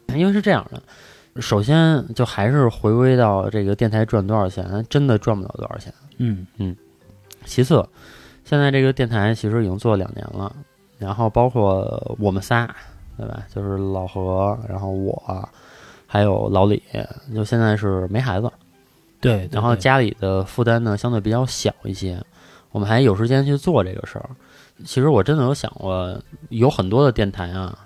Speaker 2: 啊，因为是这样的，首先就还是回归到这个电台赚多少钱，真的赚不了多少钱。
Speaker 3: 嗯
Speaker 2: 其次，现在这个电台其实已经做两年了，然后包括我们仨，对吧？就是老何，然后我，还有老李，就现在是没孩子，，
Speaker 3: 对。
Speaker 2: 然后
Speaker 3: 加
Speaker 2: 家里的负担呢相对比较小一些，我们还有时间去做这个事儿。其实我真的有想过，有很多的电台啊，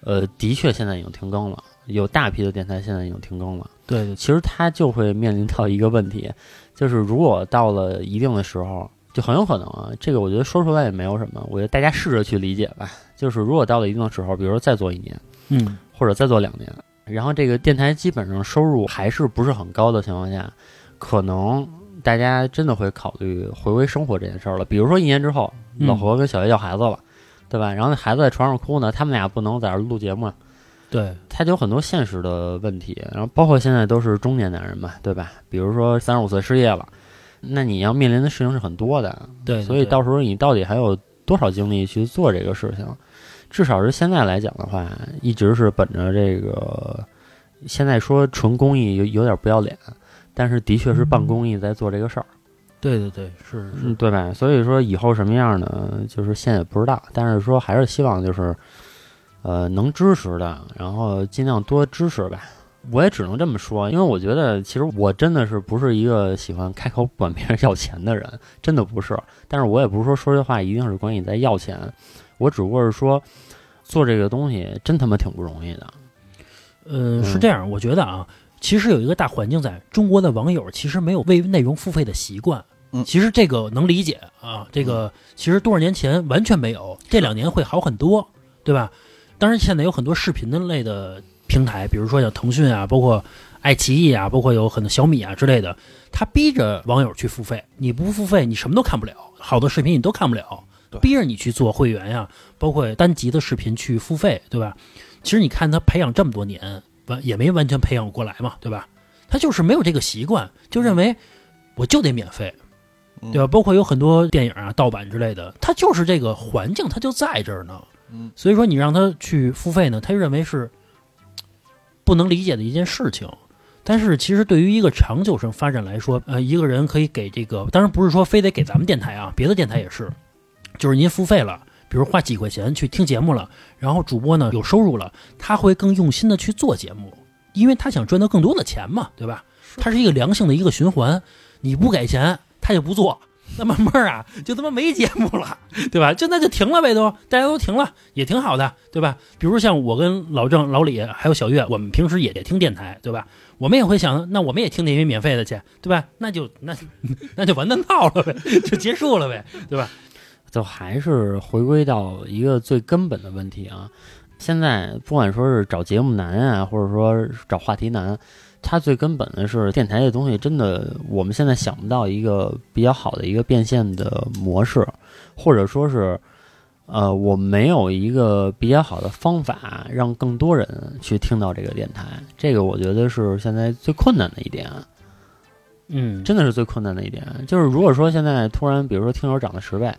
Speaker 2: 呃，的确现在已经停更了，有大批的电台现在已经停更了。
Speaker 3: 对对
Speaker 2: 其实它就会面临到一个问题，就是如果到了一定的时候，就很有可能啊，这个我觉得说出来也没有什么，我觉得大家试着去理解吧。就是如果到了一定的时候，比如说再做一年
Speaker 3: 嗯
Speaker 2: 或者再做两年，然后这个电台基本上收入还是不是很高的情况下，可能大家真的会考虑回归生活这件事儿了。比如说一年之后，
Speaker 3: 嗯
Speaker 2: 老何跟小叶要孩子了，对吧？然后那孩子在床上哭呢，他们俩不能在这儿录节目啊，
Speaker 3: 对
Speaker 2: 它就有很多现实的问题，然后包括现在都是中年男人嘛，对吧？比如说三十五岁失业了，那你要面临的事情是很多的，
Speaker 3: 对，
Speaker 2: 所以到时候你到底还有多少精力去做这个事情？至少是现在来讲的话，一直是本着这个，现在说纯公益有有点不要脸，但是的确是
Speaker 3: 嗯
Speaker 2: 办公益在做这个事儿，
Speaker 3: 对对对是
Speaker 2: 嗯，
Speaker 3: 是
Speaker 2: 对吧？所以说以后什么样呢？就是现在也不知道，但是说还是希望就是，呃，能支持的，然后尽量多支持吧。我也只能这么说，因为我觉得其实我真的是不是一个喜欢开口管别人 要钱的人，真的不是。但是我也不是说说这话一定是管你在要钱，我只不过是说做这个东西真他妈挺不容易的。
Speaker 3: 呃，
Speaker 4: 嗯
Speaker 3: 是这样，我觉得啊，其实有一个大环境在，中国的网友其实没有为内容付费的习惯。
Speaker 4: 嗯
Speaker 3: 其实这个能理解啊，这个其实多少年前完全没有，这两年会好很多，对吧？当然，现在有很多视频的类的平台，比如说像腾讯啊，包括爱奇艺啊，包括有很多小米啊之类的，它逼着网友去付费，你不付费，你什么都看不了，好的视频你都看不了
Speaker 4: 对，
Speaker 3: 逼着你去做会员呀、包括单集的视频去付费，对吧？其实你看他培养这么多年，完也没完全培养过来嘛，对吧？他就是没有这个习惯，就认为我就得免费，
Speaker 4: 嗯
Speaker 3: 对吧？包括有很多电影啊、盗版之类的，他就是这个环境，他就在这儿呢。
Speaker 4: 嗯，
Speaker 3: 所以说你让他去付费呢，他就认为是不能理解的一件事情。但是其实对于一个长久生发展来说，呃，一个人可以给这个，当然不是说非得给咱们电台啊，别的电台也是，就是您付费了，比如花几块钱去听节目了，然后主播呢有收入了，他会更用心的去做节目，因为他想赚到更多的钱嘛，对吧？它是一个良性的一个循环，你不给钱，他就不做，那慢慢啊，就他妈没节目了，对吧？就那就停了呗，都大家都停了，也挺好的，对吧？比如像我跟老郑、老李还有小月，我们平时也也听电台，对吧？我们也会想，那我们也听那些免费的去，对吧？那就那 那就完蛋套了呗， 就结束了呗，对吧？
Speaker 2: 就还是回归到一个最根本的问题啊。现在不管说是找节目难啊，或者说是找话题难，它最根本的是电台这东西真的，我们现在想不到一个比较好的一个变现的模式，或者说是，呃，我没有一个比较好的方法让更多人去听到这个电台，这个我觉得是现在最困难的一点。啊
Speaker 3: 嗯，
Speaker 2: 真的是最困难的一点。就是如果说现在突然，比如说听友涨了十倍，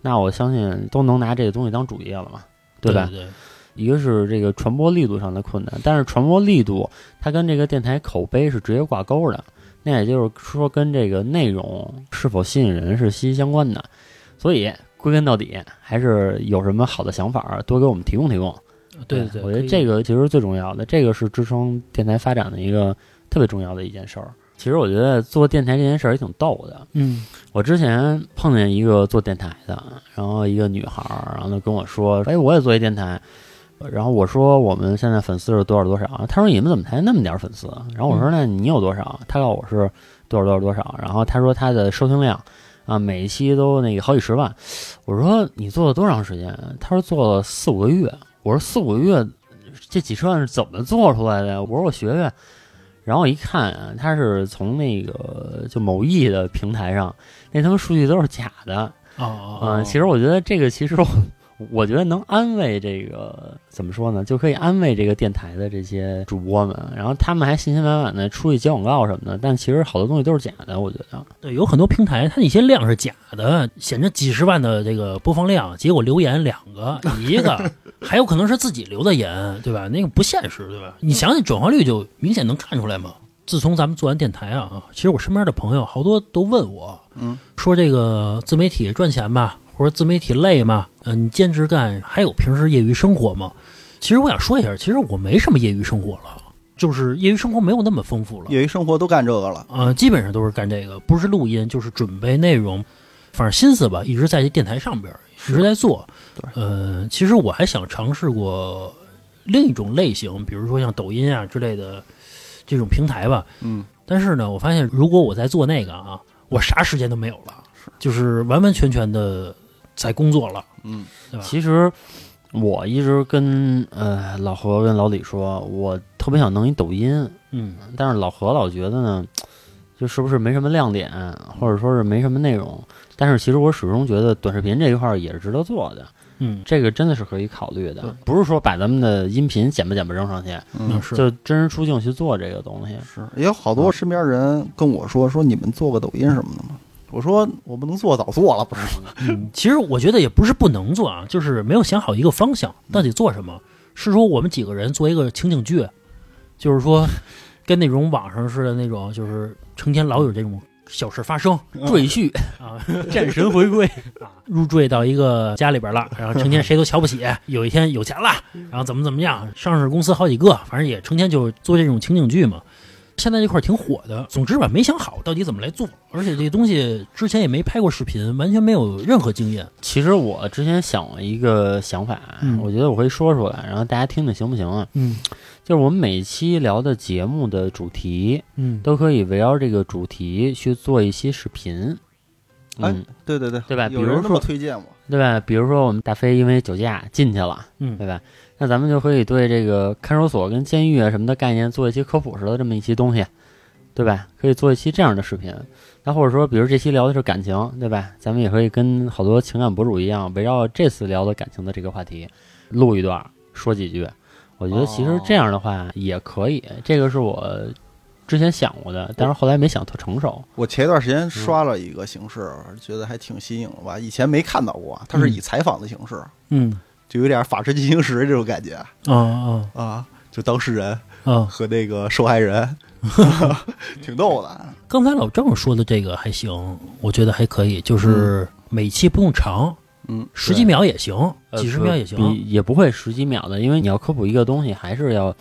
Speaker 2: 那我相信都能拿这个东西当主业了嘛，
Speaker 3: 对
Speaker 2: 吧？
Speaker 3: 对
Speaker 2: 一个是这个传播力度上的困难，但是传播力度它跟这个电台口碑是直接挂钩的，那也就是说跟这个内容是否吸引人是息息相关的。所以归根到底，还是有什么好的想法儿，多给我们提供提供。
Speaker 3: 对对对，
Speaker 2: 哎我觉
Speaker 3: 可
Speaker 2: 得
Speaker 3: 以
Speaker 2: 这个其实是最重要的，这个是支撑电台发展的一个特别重要的一件事儿。其实我觉得做电台这件事儿也挺逗的。
Speaker 3: 嗯
Speaker 2: 我之前碰见一个做电台的，然后一个女孩儿，然后就跟我说：“哎，我也做一电台。”然后我说：“我们现在粉丝是多少多少？”她说：“你们怎么才那么点儿粉丝？”然后我说：“那你有多少？”她告诉我是多少多少多少。然后她说她的收听量啊，每一期都那个好几十万。我说：“你做了多长时间？”她说：“做了四五个月。”我说：“四五个月，这几十万是怎么做出来的呀？”我说：“我学学。”然后我一看啊，她是从那个就某易的平台上。那他妈数据都是假的。
Speaker 3: 哦哦，
Speaker 2: 嗯、
Speaker 3: 哦
Speaker 2: 其实我觉得这个其实我我觉得能安慰这个怎么说呢，就可以安慰这个电台的这些主播们。然后他们还信心满满的出去接广告什么的，但其实好多东西都是假的，我觉得。
Speaker 3: 对，有很多平台它那些量是假的，显着几十万的这个播放量，结果留言两个，一个还有可能是自己留的言，对吧？那个不现实，对吧？你想想转化率就明显能看出来嘛。自从咱们做完电台啊，其实我身边的朋友好多都问我，
Speaker 4: 嗯，
Speaker 3: 说这个自媒体赚钱吧，或者自媒体累吗？嗯、你兼职干，还有平时业余生活吗？其实我想说一下，其实我没什么业余生活了，就是业余生活没有那么丰富了。
Speaker 4: 业余生活都干这个了，
Speaker 3: 呃，基本上都是干这个，不是录音就是准备内容，反正心思吧，一直在这电台上边儿，一直在做。呃，其实我还想尝试过另一种类型，比如说像抖音啊之类的这种平台吧。
Speaker 4: 嗯，
Speaker 3: 但是呢，我发现如果我在做那个啊，我啥时间都没有了，就是完完全全的在工作了。
Speaker 4: 嗯，
Speaker 3: 对吧？
Speaker 2: 其实我一直跟呃老何跟老李说，我特别想弄一抖音，
Speaker 3: 嗯，
Speaker 2: 但是老何老觉得呢，就是不是没什么亮点，或者说是没什么内容。但是其实我始终觉得短视频这一块儿也是值得做的。
Speaker 3: 嗯，
Speaker 2: 这个真的是可以考虑的，不是说把咱们的音频剪吧剪吧扔上去，
Speaker 3: 那
Speaker 4: 嗯，
Speaker 3: 是
Speaker 2: 就真人出镜去做这个东西。
Speaker 4: 是，啊也有好多身边人跟我说说你们做个抖音什么的吗？我说我不能做，早做了，不是吗？
Speaker 3: 其实我觉得也不是不能做啊，就是没有想好一个方向，到底做什么？是说我们几个人做一个情景剧，就是说跟那种网上似的那种，就是成天老有这种小事发生
Speaker 5: 赘婿
Speaker 3: 啊，
Speaker 5: 战神回归，
Speaker 3: 入赘到一个家里边了，然后成天谁都瞧不起，有一天有钱了，然后怎么怎么样，上市公司好几个，反正也成天就做这种情景剧嘛。现在这块儿挺火的，总之吧，没想好到底怎么来做，而且这东西之前也没拍过视频，完全没有任何经验。
Speaker 2: 其实我之前想过一个想法，
Speaker 3: 嗯
Speaker 2: 我觉得我可以说出来，然后大家听听行不行啊？
Speaker 3: 嗯
Speaker 2: 就是我们每期聊的节目的主题，
Speaker 3: 嗯，
Speaker 2: 都可以围绕这个主题去做一些视频，
Speaker 4: 哎
Speaker 2: 嗯，
Speaker 4: 对对对，
Speaker 2: 对吧
Speaker 4: 有
Speaker 2: 比如
Speaker 4: 人那么
Speaker 2: 说
Speaker 4: 推荐我，
Speaker 2: 对吧？比如说我们大飞因为酒驾进去了，
Speaker 3: 嗯
Speaker 2: 对吧？那咱们就可以对这个看守所跟监狱啊什么的概念做一些科普式的这么一期东西，对吧？可以做一期这样的视频。那或者说，比如这期聊的是感情，对吧？咱们也可以跟好多情感博主一样，围绕这次聊的感情的这个话题，录一段，说几句。我觉得其实这样的话也可以，这个是我之前想过的，但是后来没想特成熟。
Speaker 4: 我前一段时间刷了一个形式，觉得还挺新颖的吧，以前没看到过啊，它是以采访的形式，
Speaker 3: 嗯
Speaker 4: 就有点法制进行时这种感觉
Speaker 3: 啊啊
Speaker 4: 啊，就当事人
Speaker 3: 啊！
Speaker 4: 和那个受害 人，挺逗的。
Speaker 3: 刚才老郑说的这个还行，我觉得还可以，
Speaker 2: 嗯
Speaker 3: 就是每期不用长，
Speaker 4: 嗯，
Speaker 3: 十几秒也行，
Speaker 2: 呃
Speaker 3: 几十
Speaker 2: 不
Speaker 3: 秒也行。
Speaker 2: 比也不会十几秒的，因为你要科普一个东西，还是要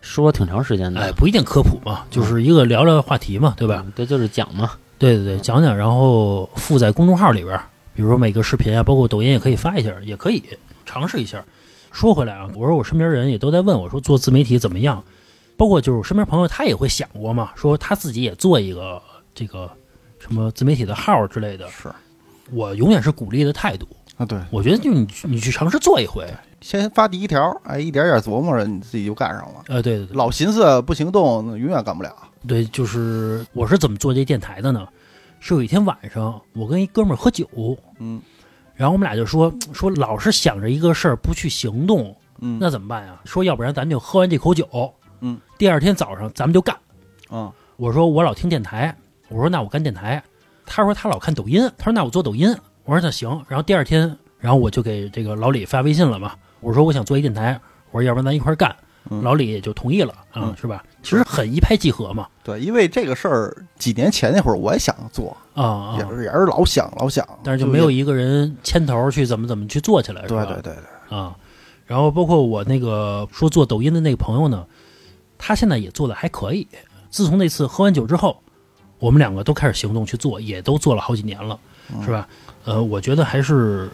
Speaker 2: 说挺长时间的。
Speaker 3: 哎，不一定科普嘛，
Speaker 2: 嗯
Speaker 3: 就是一个聊聊话题嘛，对
Speaker 2: 对
Speaker 3: 吧？
Speaker 2: 吧？这就是讲嘛。
Speaker 3: 对对对，讲讲，然后附在公众号里边儿，比如说每个视频啊，包括抖音也可以发一下，也可以尝试一下。说回来啊，我说我身边人也都在问我说做自媒体怎么样，包括就是我身边朋友他也会想过嘛，说他自己也做一个这个什么自媒体的号儿之类的。
Speaker 4: 是
Speaker 3: 我永远是鼓励的态度，
Speaker 4: 啊，对，
Speaker 3: 我觉得就是你去你去尝试做一回。
Speaker 4: 先发第一条，哎，一点点琢磨着，你自己就干上了。
Speaker 3: 呃，对对对，
Speaker 4: 老寻思不行动，那永远干不了。
Speaker 3: 对，就是我是怎么做这电台的呢？是有一天晚上，我跟一哥们儿喝酒，
Speaker 4: 嗯
Speaker 3: 然后我们俩就说说老是想着一个事儿不去行动，
Speaker 4: 嗯，
Speaker 3: 那怎么办呀？说要不然咱就喝完这口酒，
Speaker 4: 嗯，
Speaker 3: 第二天早上咱们就干。
Speaker 4: 嗯
Speaker 3: 我说我老听电台，我说那我干电台。他说他老看抖音，他说那我做抖音。我说那行。然后第二天，然后我就给这个老李发微信了嘛，我说我想做一电台，我说要不然咱一块儿干。
Speaker 4: 嗯
Speaker 3: 老李也就同意了啊、
Speaker 4: 嗯
Speaker 3: 是吧？其实很一拍即合嘛，
Speaker 4: 对，因为这个事儿几年前那会儿我也想做，
Speaker 3: 啊啊、
Speaker 4: 也是也是老想老想，
Speaker 3: 但是就没有一个人牵头去怎么怎么去做起来，
Speaker 4: 对
Speaker 3: 是吧？
Speaker 4: 对对对，
Speaker 3: 啊，然后包括我那个说做抖音的那个朋友呢，他现在也做的还可以。自从那次喝完酒之后，我们两个都开始行动去做，也都做了好几年了，
Speaker 4: 嗯
Speaker 3: 是吧？呃，我觉得还是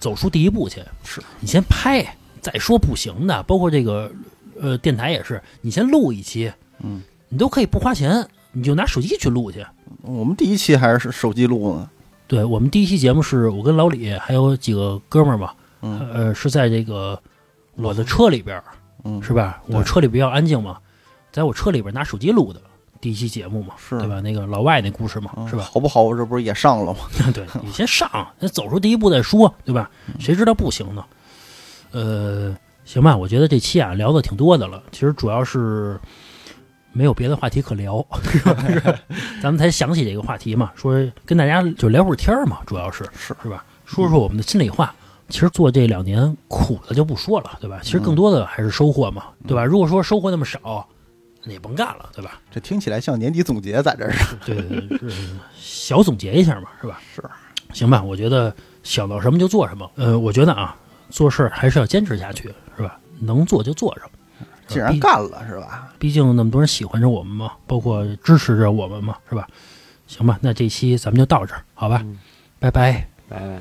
Speaker 3: 走出第一步去。
Speaker 4: 是
Speaker 3: 你先拍，再说不行的，包括这个呃电台也是，你先录一期，
Speaker 4: 嗯，
Speaker 3: 你都可以不花钱，你就拿手机去录去。
Speaker 4: 嗯我们第一期还是手机录呢，
Speaker 3: 对我们第一期节目是我跟老李还有几个哥们儿嘛，
Speaker 4: 嗯
Speaker 3: 呃，是在这个我的车里边儿，
Speaker 4: 嗯，
Speaker 3: 是吧？
Speaker 4: 对
Speaker 3: 我车里比较安静嘛，在我车里边拿手机录的第一期节目嘛，
Speaker 4: 是
Speaker 3: 对吧？那个老外那故事嘛，
Speaker 4: 嗯
Speaker 3: 是吧？
Speaker 4: 好不好？这不是也上了吗？
Speaker 3: 对，你先上，先走出第一步再说，对吧？谁知道不行呢？呃，行吧，我觉得这期啊聊的挺多的了，其实主要是没有别的话题可聊，是吧？ 是吧咱们才想起这个话题嘛，说跟大家就聊会儿天儿嘛，主要是
Speaker 4: 是
Speaker 3: 是吧？说说我们的心里话。其实做这两年苦的就不说了，对吧？其实更多的还是收获嘛，对吧？如果说收获那么少，那也甭干了，对吧？
Speaker 4: 这听起来像年底总结，在这儿是
Speaker 3: 对对对，对小总结一下嘛，是吧？
Speaker 4: 是，
Speaker 3: 行吧？我觉得想到什么就做什么。呃，我觉得啊，做事儿还是要坚持下去，是吧？能做就做着，
Speaker 4: 既然干了是吧？
Speaker 3: 毕竟那么多人喜欢着我们嘛，包括支持着我们嘛，是吧？行吧，那这期咱们就到这儿，好吧？拜拜。
Speaker 2: 拜拜。